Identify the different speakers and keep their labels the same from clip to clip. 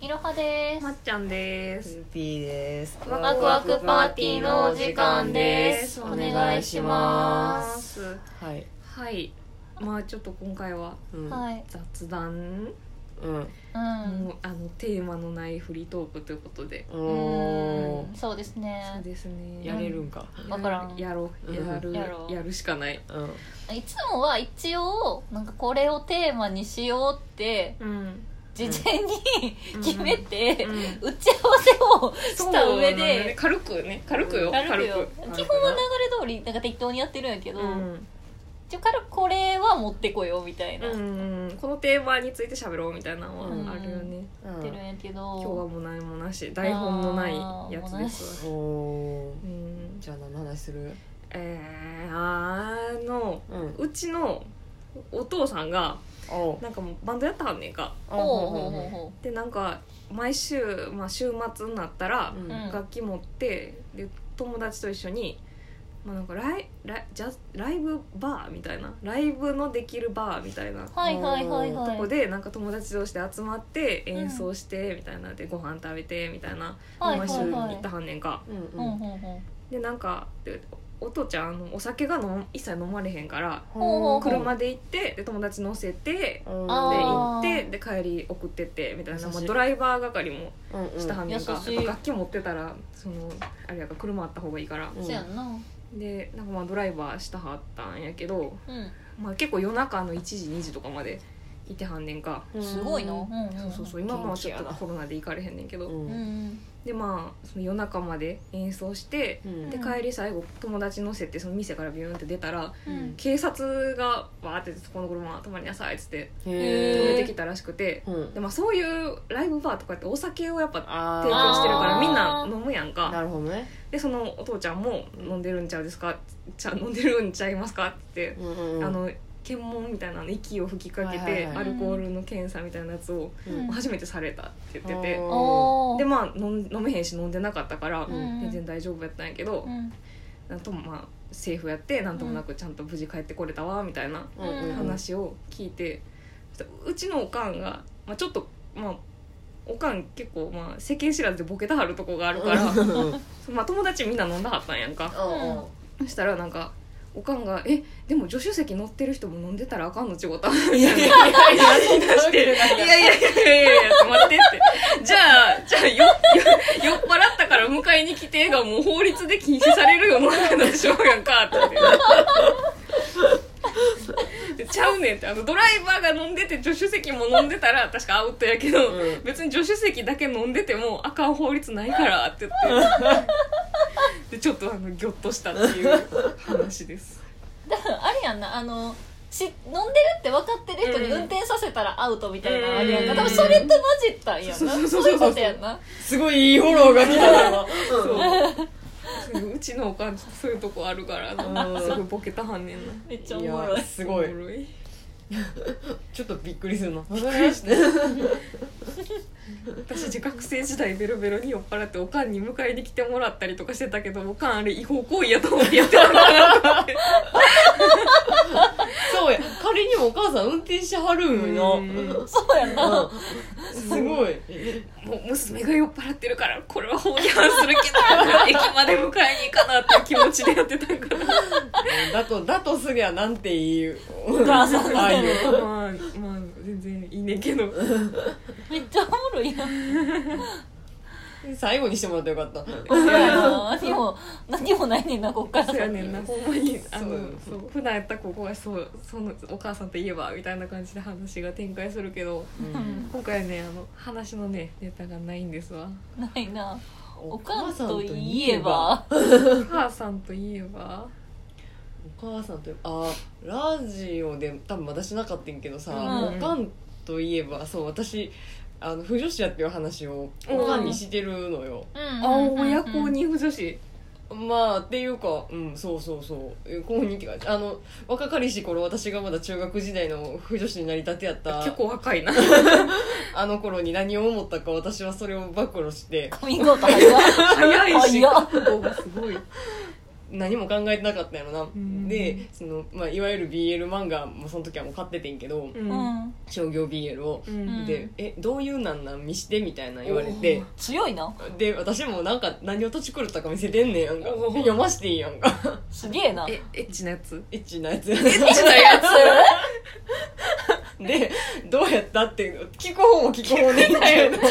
Speaker 1: いろはです
Speaker 2: まっちゃんで
Speaker 3: ス
Speaker 2: す。
Speaker 3: ーピーです。
Speaker 2: ワクワクパーティーのお時間です
Speaker 3: お願いしま。
Speaker 2: ますす。
Speaker 3: はい。
Speaker 2: はい。まあちょっと今回は
Speaker 3: うん。
Speaker 1: はい
Speaker 2: 雑談、
Speaker 3: うん。
Speaker 1: うん
Speaker 2: もうあのテーマのないフリートークということで。
Speaker 3: お
Speaker 1: うんそうです
Speaker 2: そう
Speaker 1: ね
Speaker 2: ですね。
Speaker 3: ー。やれるんか。
Speaker 2: や
Speaker 1: わからん
Speaker 2: やろうやる
Speaker 1: やろう
Speaker 2: やるしかない。
Speaker 3: うん。
Speaker 1: いつもは一応なんかこれをテーマにしようって
Speaker 2: うん。
Speaker 1: 事前に
Speaker 2: うん
Speaker 1: 決めて、
Speaker 2: うん
Speaker 1: 打ち合わせをした上
Speaker 2: そうなんだね
Speaker 1: で、
Speaker 2: 軽くね軽くよ
Speaker 1: 軽
Speaker 2: 軽
Speaker 1: く
Speaker 2: く
Speaker 1: よ基本は流れ通りなんか適当にやってるんやけど、
Speaker 2: うん
Speaker 1: 一応からこれは持ってこようみたいな、
Speaker 2: う
Speaker 1: や
Speaker 2: んこのテーマについて喋ろうみたいなのはあるよね。
Speaker 1: ってるんやけど
Speaker 2: 今日はもう何もなし台本もないやつですわ。
Speaker 3: うん。お
Speaker 2: う
Speaker 3: ー。
Speaker 2: ん
Speaker 3: じゃあ何の話する？
Speaker 2: えー、あの
Speaker 3: うん。
Speaker 2: うちのお父さんが
Speaker 3: おう。
Speaker 2: なんかもうバンドやったはんねんか
Speaker 1: ほうほうほうほ
Speaker 2: でなんか毎週、まあ、週末になったら
Speaker 3: う
Speaker 1: う
Speaker 3: ん
Speaker 1: ん
Speaker 2: 楽器持ってで友達と一緒に、まあ、なんかライライジャズライブバーみたいなライブのできるバーみたいな
Speaker 1: うはいはいはいはい
Speaker 2: とこでなんか友達同士で集まって演奏してみたいなでご飯食べてみたいな
Speaker 1: はいは
Speaker 2: 毎週
Speaker 1: いは
Speaker 2: 行
Speaker 1: い
Speaker 2: ったはんねんか。
Speaker 3: うん
Speaker 1: う
Speaker 3: うん。
Speaker 1: うんんうん
Speaker 2: でなんかでお父ちゃんあのお酒が飲む一切飲まれへんから
Speaker 1: ほうほうほう
Speaker 2: 車で行ってで友達乗せてで
Speaker 3: あ
Speaker 2: 行
Speaker 1: あ
Speaker 2: っ
Speaker 1: ー
Speaker 2: てで帰り送ってってみたいな、
Speaker 3: 優しい
Speaker 2: まあ、ドライバー係も
Speaker 3: ー。うんうん。
Speaker 2: したはんねんか、
Speaker 1: 優しい
Speaker 2: やっぱ楽器持ってたらそのあれやから車あった方がいいから、
Speaker 3: うん
Speaker 1: そうやんな
Speaker 2: でなんかまあドライバーしたはったんやけど、
Speaker 1: うん
Speaker 2: まあ、結構夜中の1時2時とかまでいてはんねんか、
Speaker 3: うん
Speaker 1: すごいな、
Speaker 3: う
Speaker 1: ん
Speaker 3: ん
Speaker 1: ん
Speaker 2: そうそうそう今もちょっとコロナで行かれへんねんけど、
Speaker 1: うんうん
Speaker 2: でまあその夜中まで演奏して
Speaker 3: う、ん
Speaker 2: で
Speaker 1: うん
Speaker 2: 帰り最後友達乗せてその店からビューンって出たら
Speaker 1: うん
Speaker 2: 警察がわーって「この車止まりなさい」っつって
Speaker 1: へ
Speaker 2: 止
Speaker 1: ー
Speaker 2: めてきたらしくて、
Speaker 3: うん
Speaker 2: でまあ、そういうライブバーとかってお酒をやっぱ
Speaker 3: あー
Speaker 2: 提供してるから
Speaker 1: あー
Speaker 2: みんな飲むやん
Speaker 3: な
Speaker 2: か
Speaker 3: るほどね。
Speaker 2: でそのお父ちゃんも「飲んでるんちゃうですか?」ちゃ飲んでるんちゃいますか?」って
Speaker 3: うんう
Speaker 2: 言っ
Speaker 3: ん
Speaker 2: て、
Speaker 3: うん
Speaker 2: あ、の検問みたいなの息を吹きかけて、
Speaker 3: はいはいはい
Speaker 2: アルコールの検査みたいなやつを
Speaker 3: うん
Speaker 2: 初めてされたって言ってて。
Speaker 3: うん
Speaker 1: おー
Speaker 2: でまあ飲ん飲めへんし飲んでなかったから、
Speaker 1: ん
Speaker 2: 全然大丈夫やったんやけど、
Speaker 1: うん
Speaker 2: なんともまあセーフやってなんともなくちゃんと無事帰ってこれたわみたいな
Speaker 3: うんうんうん
Speaker 2: 話を聞いて、そしたらうちのおかんが、まあ、ちょっとまあおかん結構まあ世間知らずでボケたはるとこがあるから、
Speaker 3: うんうんうん
Speaker 2: まあ友達みんな飲んだはったんやんかそしたらなんかおかんが「えでも助手席乗ってる人も飲んでたらあかんのちごた」みたいな。出して「いやいやいやいやいや待って」って「じゃあじゃあよよ酔っ払ったから迎えに来て」がもう法律で禁止されるよの中のしょうやんかってで ちゃうねんってあのドライバーが飲んでて助手席も飲んでたら確かアウトやけど、
Speaker 3: うん
Speaker 2: 別に助手席だけ飲んでてもあかん法律ないからって 言ってでちょっとあのギョッとしたっていう話です
Speaker 1: だからあれやんなあのし飲んでるって分かってる人に運転させたらアウトみたいなのあれやんか、
Speaker 2: うん
Speaker 1: 多分それと混じったんやん
Speaker 2: そう
Speaker 1: な
Speaker 2: そうそうそう
Speaker 1: そういうことやんな
Speaker 3: すごいいいフォローが来たな。
Speaker 2: そううちのおかんちょっとそういうとこあるから
Speaker 3: う
Speaker 2: なんすぐボケたはんねんな
Speaker 1: めっちゃおもろい
Speaker 3: やすごい
Speaker 2: おもろい
Speaker 3: ちょっとびっくりするな。わかりました。
Speaker 2: 私学生時代ベロベロに酔っ払っておかんに迎えに来てもらったりとかしてたけどおかんあれ違法行為やと思ってやってたのかなって
Speaker 3: そうや仮にもお母さん運転してはるんよ
Speaker 2: うん
Speaker 1: そうやんな
Speaker 3: なすごい
Speaker 2: もう娘が酔っ払ってるからこれは法に反するけど駅まで迎えに行かなっていう気持ちでやってたから
Speaker 3: だとだとすりゃなんていいお
Speaker 1: 母さん
Speaker 3: ああいう
Speaker 2: まあまあ全然いいねんけど
Speaker 1: めっちゃおもろいやんい
Speaker 3: 最後にしてもらってよかった
Speaker 1: や何も何もないねんなこっから
Speaker 2: そうやねんなほんまにあの
Speaker 3: そ
Speaker 2: そうう普段やったらここはそうそのお母さんといえばみたいな感じで話が展開するけど
Speaker 1: うん
Speaker 2: 今回ねあの話のねネタがないんですわ
Speaker 1: ないなお
Speaker 3: お
Speaker 1: か
Speaker 3: 母
Speaker 1: ん
Speaker 3: さん
Speaker 1: と
Speaker 3: と
Speaker 1: い
Speaker 3: い
Speaker 1: え
Speaker 3: えば
Speaker 1: ば
Speaker 2: お母さんといえば
Speaker 3: お母さんといえばあラジオで多分私なかったんけどさ
Speaker 2: うん
Speaker 3: おかんといえばそう私あの不女子やっていう話をおかんにしてるのよ
Speaker 1: うん
Speaker 2: あ親子人婦女子
Speaker 3: まあっていうかうんそうそうそうえこうにあの若かりし頃私がまだ中学時代の不女子になりたてやった
Speaker 2: 結構若いな
Speaker 3: あの頃に何を思ったか私はそれを暴露して
Speaker 1: カミングアウト早っ
Speaker 2: 早いし
Speaker 1: 早っ
Speaker 2: 覚悟がすごい
Speaker 3: 何も考えてなかったんやろな、
Speaker 2: ん
Speaker 3: でその、まあ、いわゆる BL 漫画もその時はもう買っててんけど、
Speaker 2: うん
Speaker 1: うん
Speaker 3: 商業 BL を、
Speaker 2: うん
Speaker 3: で「えどういうなんなん見して」みたいな言われて
Speaker 1: 強いな
Speaker 3: で私もなんか何を土地狂ったか見せてんねんやんか
Speaker 2: おー
Speaker 3: 読ましていいやんか
Speaker 1: すげえな
Speaker 2: えエッチなやつ
Speaker 3: エッチなやつ
Speaker 1: やつ
Speaker 3: でどうやったって聞く方も聞く方で ないの
Speaker 2: 感想求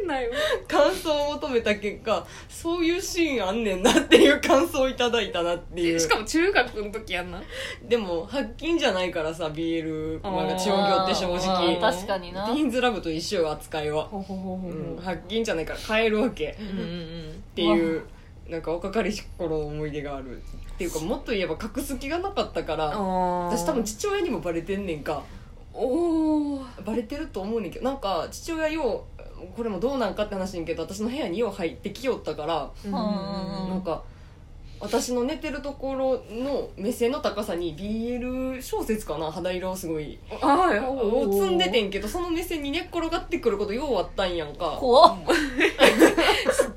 Speaker 2: めんなよ
Speaker 3: 感想を求めた結果そういうシーンあんねんなっていう感想をいただいたなっていう
Speaker 2: しかも中学の時やんな
Speaker 3: でも発禁じゃないからさ BL 漫画商業って正
Speaker 1: あー
Speaker 3: 直
Speaker 1: 確かにな
Speaker 3: ティーンズラブと一緒よ扱いは、
Speaker 2: ほほほほ
Speaker 3: うん、発禁じゃないから買えるわけ
Speaker 2: うんうん
Speaker 3: っていうなんか若かりし頃の思い出があるっていうかもっと言えば隠す気がなかったから私
Speaker 2: 私
Speaker 3: 多分父親にもバレてんねんか
Speaker 2: おお
Speaker 3: バレてると思うねんけどなんか父親ようこれもどうなんかって話ねんけど私の部屋によう入ってきよったから、
Speaker 2: うん
Speaker 3: なんか私の寝てるところの目線の高さに BL 小説かな肌色をすごい
Speaker 2: ああ
Speaker 3: を積んでて
Speaker 2: ん
Speaker 3: んけどその目線に寝っ転がってくることようあったんやんか
Speaker 1: 怖っ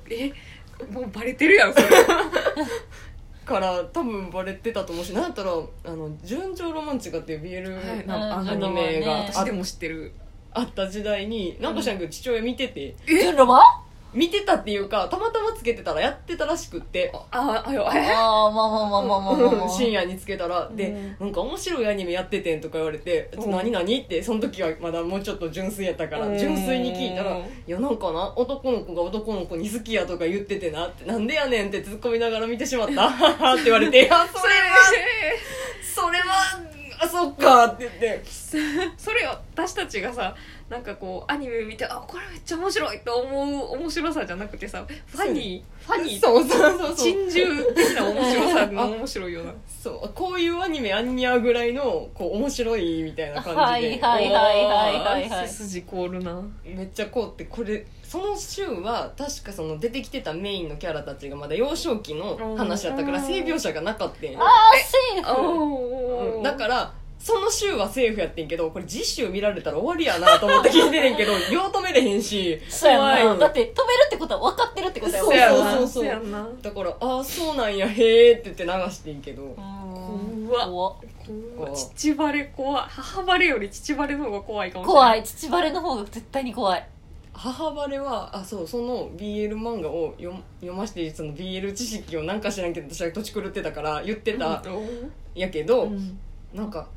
Speaker 2: えもうバレてるや ろそれ
Speaker 3: から多分バレてたと思うしなんやったら「あの純情ロマンチカ」っていう BL、
Speaker 2: はい
Speaker 1: うん
Speaker 2: あの
Speaker 3: アニメが
Speaker 1: ね
Speaker 2: 私でも知ってる
Speaker 3: あった時代になんか知らんけど父親見てて
Speaker 1: ジュンロマ
Speaker 3: 見てたっていうかたまたまつけてたらやってたらしくって
Speaker 2: ああよえ
Speaker 1: ああまあまあまあまあまあまあまあ、
Speaker 3: うん深夜につけたらでなんか面白いアニメやっててんとか言われて「
Speaker 2: うん
Speaker 3: 何何?」ってその時はまだもうちょっと純粋やったか
Speaker 2: うん
Speaker 3: ら純粋に聞いたら「いやなんかな男の子が男の子に好きやとか言っててな」って「なんでやねん」って突っ込みながら見てしま ったって言われて「いやそ れはそれはあそっか」って言って
Speaker 2: それを私たちがさなんかこうアニメ見てあこれめっちゃ面白いと思う面白さじゃなくてさファニーファニー
Speaker 3: そうそうそうそう
Speaker 2: 珍獣的な面白さが面白いよな
Speaker 3: そうこういうアニメあんにゃぐらいのこう面白いみたいな感じで、
Speaker 1: はいはいはいはいはい
Speaker 2: おー背筋凍るな
Speaker 3: めっちゃこうってこれその週は確かその出てきてたメインのキャラたちがまだ幼少期の話やったから
Speaker 2: うん
Speaker 3: 性描写がなかったんや
Speaker 1: ああセーフ
Speaker 3: う
Speaker 2: お
Speaker 3: ん
Speaker 2: ー
Speaker 3: だからその週はセーフやってんけどこれ次週見られたら終わりやなと思って聞いてねんけどよう止めれへんし
Speaker 1: そうや
Speaker 3: 怖
Speaker 1: ないだって止めるってことは分かってるってことやもん
Speaker 2: そうやな
Speaker 3: そうそうそう
Speaker 2: そうやんな
Speaker 3: だから「ああそうなんやへえ」って言って流してんけど
Speaker 1: うん
Speaker 2: 怖っ
Speaker 1: 怖っ
Speaker 2: 怖っ父バレ怖い母バレより父バレの方が怖いかもしれな
Speaker 1: 怖
Speaker 2: い
Speaker 1: い父バレの方が絶対に怖い
Speaker 3: 母バレはあそうその BL 漫画を読読ましてその BL 知識をなんか知らんけど私は土地狂ってたから言ってた、やけど、
Speaker 2: うん
Speaker 3: なんか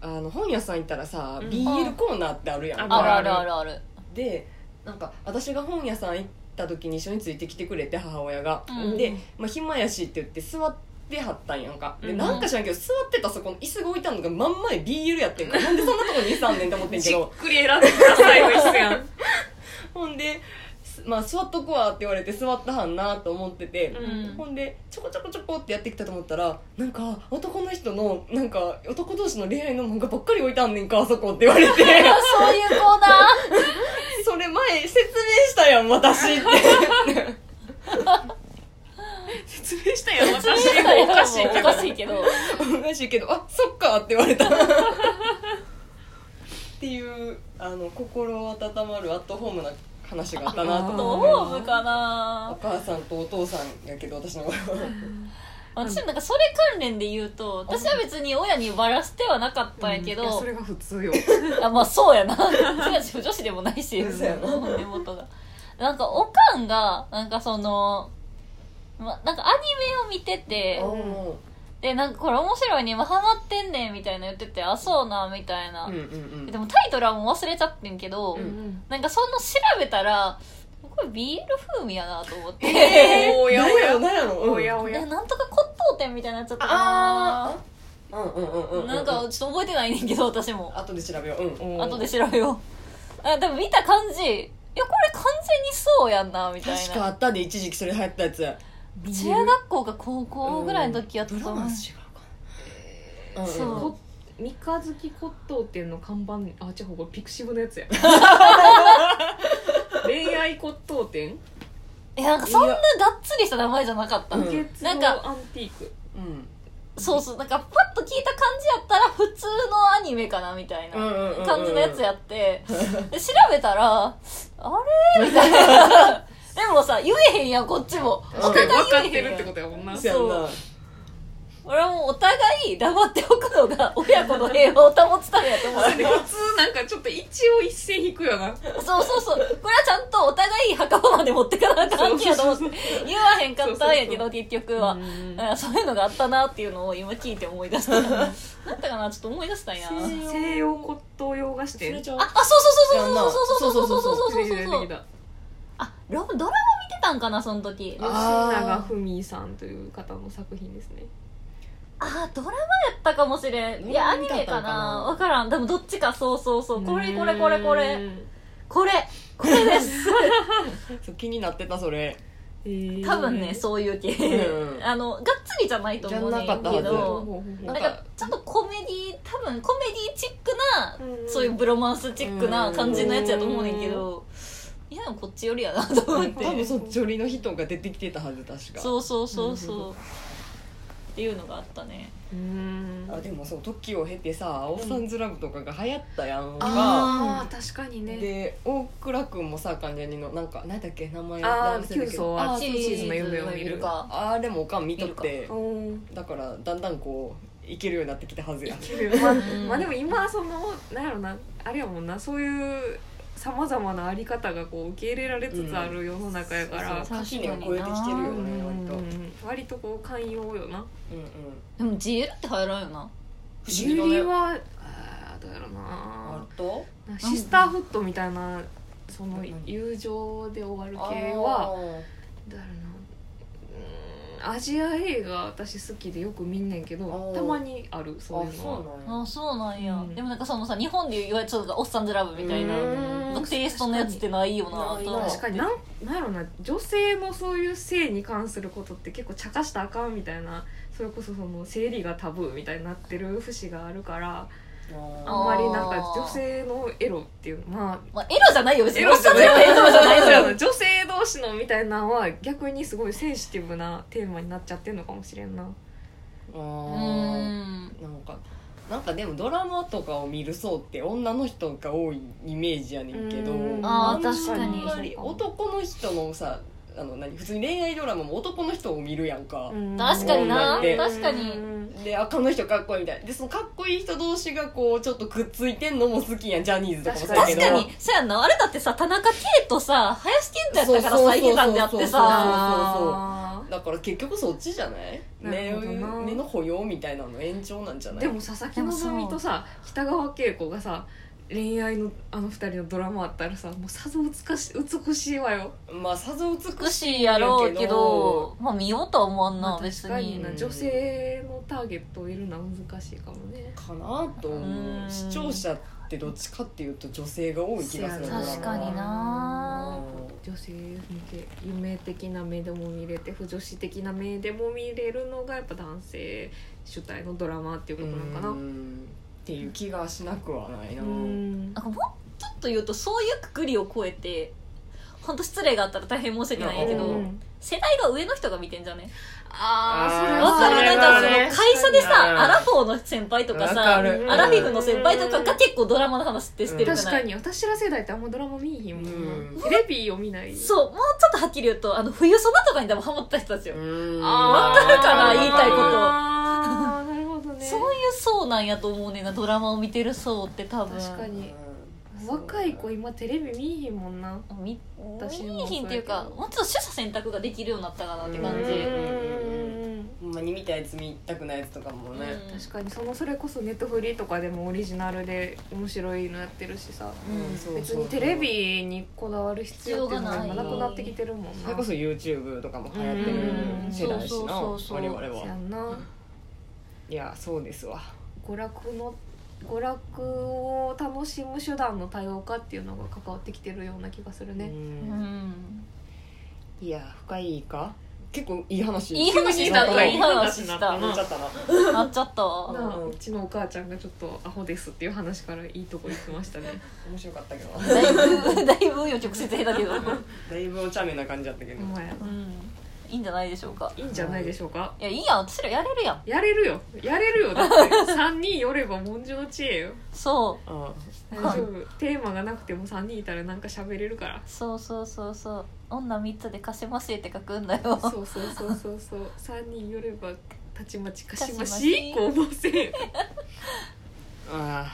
Speaker 3: あの本屋さん行ったらさ、
Speaker 2: うん
Speaker 3: BL コーナーってあるやん
Speaker 2: あ
Speaker 1: あ
Speaker 3: か
Speaker 1: るあるあるある
Speaker 3: でなんか私が本屋さん行った時に一緒についてきてくれて母親が、
Speaker 1: うん
Speaker 3: で、まあ、暇やしって言って座ってはったんやんかで
Speaker 2: うん
Speaker 3: なんか知らんけど座ってたそこの椅子が置いたのがまんまに BL やっ てんからなんでそんなとこに椅子あんねんって思ってんけ
Speaker 2: じっ
Speaker 3: ど
Speaker 2: くり選んでくださいよ一やん
Speaker 3: ほんで、すまあ、座っとこわって言われて座ったはんなと思ってて、
Speaker 1: うん
Speaker 3: ほんでちょこちょこちょこってやってきたと思ったらなんか男の人のなんか男同士の恋愛の漫画ばっかり置いてあんねんかあそこって言われて
Speaker 1: あそういうコーナー
Speaker 3: それ前説明したやん私って
Speaker 2: 説明したやん 私
Speaker 1: お
Speaker 2: おか
Speaker 1: か
Speaker 2: し
Speaker 1: し
Speaker 2: い
Speaker 1: い
Speaker 2: け
Speaker 1: け
Speaker 2: ど
Speaker 1: どおかしいけど
Speaker 3: おかしいけどあそっかって言われたっていうあの心温まるアットホームな話があったなと
Speaker 1: ド
Speaker 3: 思って
Speaker 1: ホームか
Speaker 3: お
Speaker 1: な
Speaker 3: 母さんとお父さんやけど私の場合は
Speaker 1: 私なんかそれ関連で言うと私は別に親にバラしてはなかったんやけ
Speaker 2: いや
Speaker 1: ど
Speaker 2: それが普通よ
Speaker 1: あまあそう やな私たち不女子でもないし
Speaker 3: そうやな
Speaker 1: 根元がなんかおかんがなんかそのま、なんかアニメを見てて
Speaker 3: お
Speaker 1: でなんかこれ面白いね今ハマってんねんみたいな言っててあそうなみたいな、
Speaker 3: ーうんうん
Speaker 1: でもタイトルはもう忘れちゃってんけど、
Speaker 3: うん
Speaker 1: なんかその調べたらこれ BL 風味やなと思って、
Speaker 2: えーおやお
Speaker 3: 何やろ
Speaker 2: や
Speaker 3: 何やろうん
Speaker 2: おやお
Speaker 1: で
Speaker 2: や
Speaker 1: なんとか骨董店みたいになっちゃったな
Speaker 3: あうんうんうんうんうん
Speaker 1: なんかちょっと覚えてないねんけど私も
Speaker 3: 後で調べよううん
Speaker 2: 後
Speaker 1: 後で調べようあでも見た感じいやこれ完全にそうやんなみたい
Speaker 3: 確か
Speaker 1: な
Speaker 3: あったで一時期それ流行ったやつ
Speaker 1: 中学校か高校ぐらいの時やった
Speaker 3: ド
Speaker 1: と
Speaker 3: ラ
Speaker 1: 思
Speaker 3: マ
Speaker 1: う
Speaker 3: 違うかな
Speaker 1: そうん
Speaker 3: んん
Speaker 2: こ三日月骨董店の看板あ違うこれピクシブのやつや恋愛骨董店
Speaker 1: えなんかそんながっつりした名前じゃなかった、
Speaker 3: うん
Speaker 2: 無血
Speaker 1: なん
Speaker 2: の
Speaker 1: か
Speaker 2: アンティーク
Speaker 3: うん
Speaker 1: そうそうなんかパッと聞いた感じやったら普通のアニメかなみたいな
Speaker 3: うんうんうんう ん
Speaker 1: 感じのやつやってで調べたらあれみたいなでれもさ言えへんやんこっちも
Speaker 2: 分
Speaker 1: お
Speaker 2: か
Speaker 1: 互い言
Speaker 2: って
Speaker 1: えへん
Speaker 2: るって
Speaker 1: や
Speaker 2: こ
Speaker 1: ん
Speaker 2: とやもんな
Speaker 3: そうやんな
Speaker 1: 俺はもうお互い黙っておくのが親子の平和を保つためやと思う
Speaker 2: 普通なんかちょっと一応一線引くよな
Speaker 1: そうそうそうこれはちゃんとお互い墓場まで持ってかなあかんけやと思って言わへんかったんやけど結局は
Speaker 2: うん
Speaker 1: なんかそういうのがあったなっていうのを今聞いて思い出したなんだったかなちょっと思い出したいなあ
Speaker 2: 西洋骨董洋菓子
Speaker 3: それ
Speaker 2: 店
Speaker 3: ちゃう
Speaker 1: あそうそうそうそうそうそうそうそうそうそう
Speaker 2: 出てきた
Speaker 1: そう
Speaker 2: 出てきた
Speaker 1: あロドラマ見てたんかなその時
Speaker 2: 吉
Speaker 1: あ
Speaker 3: あー
Speaker 2: 永文さんという方の作品ですね
Speaker 1: あドラマやったかもしれんいや
Speaker 3: ドラ
Speaker 1: ア
Speaker 3: マ見
Speaker 1: ニ
Speaker 3: たん
Speaker 1: メ
Speaker 3: かな
Speaker 1: かなわからんでもどっちかそうそうそうこれこれこれこ
Speaker 2: う
Speaker 1: れ
Speaker 2: ん
Speaker 1: これこれです
Speaker 3: そう気になってたそれ
Speaker 2: えー
Speaker 1: 多分ねそういう系
Speaker 3: うん
Speaker 1: あのがっつりじゃないと思うねん
Speaker 3: じゃなかった
Speaker 1: け
Speaker 3: はず
Speaker 1: ど
Speaker 2: ほうほうほ
Speaker 1: な
Speaker 2: うん
Speaker 1: かちゃんとコメディ多分コメディチックな、
Speaker 2: うん
Speaker 1: そういうブロマンスチックな感じのやつやと思うねんけど、いやでもこっちよりやなと思っ
Speaker 3: 多分
Speaker 1: て
Speaker 3: そのジョリの人が出てきてたはず確か
Speaker 1: そうそうそう
Speaker 2: なる
Speaker 1: そうっていうのがあったね
Speaker 2: うん
Speaker 3: あでもそう時を経てさ「オーサンズラブ」とかが流行ったやんか、
Speaker 2: あー確かにね
Speaker 3: で大倉君もさ関ジャニのなんか何だっけ名前
Speaker 2: あー
Speaker 3: 忘れたけど
Speaker 2: キュウソワ
Speaker 3: あー
Speaker 2: チーズの夢を見
Speaker 1: チ
Speaker 2: る
Speaker 1: ーズか
Speaker 3: あーでもおかん見とって
Speaker 2: おー
Speaker 3: だからだんだんこういけるようになってきたはずや
Speaker 2: まあまあでも今そのなんやろなあれやもんなそういうさまざまなあり方がこう受け入れられつつある世の中やから、
Speaker 1: そう
Speaker 3: 垣根を超えてきてるよ
Speaker 2: うん
Speaker 3: ね割と、うんうん、
Speaker 2: 割とこう寛容よな
Speaker 1: でも GL って入らんよな
Speaker 3: 不
Speaker 2: ジ
Speaker 3: 思議
Speaker 2: ュリ
Speaker 3: だね
Speaker 2: ーはあーどうやろな
Speaker 3: あと
Speaker 2: シスターフットみたいなその友情で終わる系はどうやろなうーんアジア映画私好きでよく見んねんけ
Speaker 3: あ
Speaker 2: ど
Speaker 3: ー
Speaker 2: たまにある
Speaker 3: あ
Speaker 2: そう
Speaker 3: ーあ
Speaker 2: いうのは
Speaker 3: そ
Speaker 1: あそ
Speaker 3: うなんや
Speaker 1: うなんや、
Speaker 2: うん
Speaker 1: でもなんかそのさ日本で言われちゃうとおっさんずラブみたいうな
Speaker 3: ーん
Speaker 1: テイストのやつってないよな
Speaker 3: ない
Speaker 1: と
Speaker 3: な
Speaker 1: 思っ
Speaker 2: 確かになんなんやろな女性のそういう性に関することって結構茶化したらあかんみたいなそれこそその生理がタブーみたいになってる節があるからあんまりなんか女性のエロっていう まあ
Speaker 1: まあ、エロじゃないよ別に
Speaker 2: エロじゃない
Speaker 1: おっさんずラブエロじゃないよ
Speaker 2: 女性同士のみたいなのは逆にすごいセンシティブなテーマになっちゃってるのかもしれんな
Speaker 3: あ
Speaker 1: う
Speaker 3: ー
Speaker 1: ーん
Speaker 3: なんかなんかでもドラマとかを見る層って女の人が多いイメージやねんけど
Speaker 2: うん
Speaker 1: あー
Speaker 3: んま
Speaker 1: 確かに
Speaker 3: あんまり男の人のさあの何普通に恋愛ドラマも男の人を見るやんか、
Speaker 1: 確かにな
Speaker 3: うん
Speaker 1: 確かに
Speaker 3: であこの人かっこいいみたいでそのかっこいい人同士がこうちょっとくっついてんのも好きやんジャニーズとかもそうやけ
Speaker 1: 確
Speaker 3: ど
Speaker 1: かにそうやんなあれだってさ田中圭とさ林健太やったから
Speaker 3: そう
Speaker 1: さ
Speaker 3: そ
Speaker 1: い
Speaker 3: うそうそう
Speaker 1: けたんであってさ
Speaker 2: あ
Speaker 3: だから結局そっちじゃない
Speaker 2: なるほどな
Speaker 3: 根根の保養みたいなの延長なんじゃ
Speaker 2: ー
Speaker 3: ない
Speaker 2: でも佐々木希とさ北川景子がさ恋愛のあの二人のドラマあったらさもうさぞ美し美しいわよ
Speaker 3: まあさぞ美
Speaker 1: 美
Speaker 3: し
Speaker 1: し
Speaker 3: い
Speaker 1: いやろうけどまあ見ようとは思わん
Speaker 2: ま
Speaker 1: な
Speaker 2: あ
Speaker 1: 別
Speaker 2: 確かに
Speaker 1: に
Speaker 2: な女性のターゲットをいるのは難しいかもね
Speaker 3: かなと思
Speaker 1: う
Speaker 3: うん視聴者ってどっちかっていうと女性が多い気がする
Speaker 1: せやな確かにな
Speaker 2: 女性向け夢的な目でも見れて不女子的な目でも見れるのがやっぱ男性主体のドラマっていう
Speaker 3: う
Speaker 2: ことなん
Speaker 3: ん
Speaker 2: かな
Speaker 3: っていう気がしなくはないな
Speaker 2: うん
Speaker 1: なんかもうちょっと言うとそういうくくりを超えて本当失礼があったら大変申し訳ないんやけ
Speaker 3: う
Speaker 1: ど
Speaker 2: ん
Speaker 1: 世代が上の人が見てんじゃねわ
Speaker 2: ああ
Speaker 1: か
Speaker 2: そ
Speaker 1: る
Speaker 2: れ
Speaker 1: なんか
Speaker 2: はそ
Speaker 1: そ
Speaker 2: れ
Speaker 1: の
Speaker 2: は
Speaker 1: 会
Speaker 2: ね
Speaker 1: 社で
Speaker 3: うん
Speaker 1: さアラフォーの先輩とか
Speaker 3: わか
Speaker 1: さ
Speaker 3: る
Speaker 1: アラフィフの先輩とかが結構ドラマの話ってしてるじ
Speaker 2: 確
Speaker 1: ゃな
Speaker 2: か
Speaker 1: い
Speaker 2: に私ら世代ってあんまドラマ見えへんもん
Speaker 3: うん
Speaker 2: なテレビを見ない
Speaker 1: そうもうちょっとはっきり言うとあの冬ソナとかにでもハマった人たちよ
Speaker 3: うん
Speaker 2: あ
Speaker 1: わかるかな言いたいこと
Speaker 2: あーなるほどね
Speaker 1: そういう層なんやと思うねんなドラマを見てる層って多分
Speaker 2: 確か
Speaker 3: う
Speaker 2: に
Speaker 3: ん
Speaker 2: 若い子今テレビ見えへんもんな
Speaker 1: 見
Speaker 2: 私も
Speaker 1: 見えひんっていうか
Speaker 2: そうやけど
Speaker 1: もうちょっと取捨選択ができるようになったかなって感じ、
Speaker 3: うん
Speaker 1: うん
Speaker 3: ほんまに見たやつ見たくないやつとかもね、
Speaker 2: 確かにそのそれこそネットフリとかでもオリジナルで面白いのやってるしさ
Speaker 1: うん
Speaker 3: そうそう
Speaker 2: 別
Speaker 3: そう
Speaker 2: にテレビにこだわる必要っていうのが
Speaker 1: 必要
Speaker 2: 今
Speaker 1: がな
Speaker 2: ないくなってきてるもん
Speaker 3: そ
Speaker 2: な
Speaker 3: れこそ YouTube とかも流行ってる世代しな
Speaker 1: うんそうそうそうそう
Speaker 3: 我々
Speaker 2: そや
Speaker 3: は
Speaker 2: んない
Speaker 3: やそうですわ
Speaker 2: 娯楽の娯楽を楽しむ手段の多様化っていうのが関わってきてるような気がする
Speaker 3: う
Speaker 2: ね、
Speaker 1: うんん
Speaker 3: いや深いか結構いい話
Speaker 1: いい話した
Speaker 3: 急になんか
Speaker 1: いい話した
Speaker 3: なっちゃったな
Speaker 1: なっちゃったわ
Speaker 2: なあ
Speaker 3: うん
Speaker 2: うちのお母ちゃんがちょっとアホですっていう話からいいとこ行きましたね
Speaker 3: 面白かったけど
Speaker 1: だいぶだいぶよ直接だけど、
Speaker 3: だいぶお茶目な感じだった け
Speaker 2: ほ
Speaker 3: ど
Speaker 2: んまやな
Speaker 1: うん、いいんじゃないでしょうか
Speaker 2: いいんじゃないでしょうか
Speaker 1: いやいいやん私らやれるやん
Speaker 2: やれるよやれるよだって3人寄れば文殊の知恵よ
Speaker 1: そう
Speaker 3: あ
Speaker 2: 大丈夫テーマがなくても3人いたらなんか喋れるから
Speaker 1: そうそうそうそう女3つでかしましいって書くんだよ
Speaker 2: そうそうそうそうそう3人 寄ればたちまちかしま
Speaker 1: か
Speaker 2: し
Speaker 1: し
Speaker 2: 攻
Speaker 1: ま
Speaker 2: 防戦
Speaker 3: あ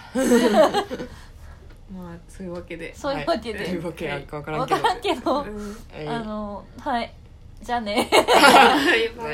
Speaker 2: まあそういうわけで
Speaker 1: そういうわけ
Speaker 3: とい
Speaker 1: で
Speaker 3: うわけなんかわから
Speaker 1: 分
Speaker 3: んけ
Speaker 1: か
Speaker 3: ど
Speaker 1: らんけど
Speaker 2: うん
Speaker 3: はい
Speaker 1: あのはいじゃあね
Speaker 2: はいバイバイ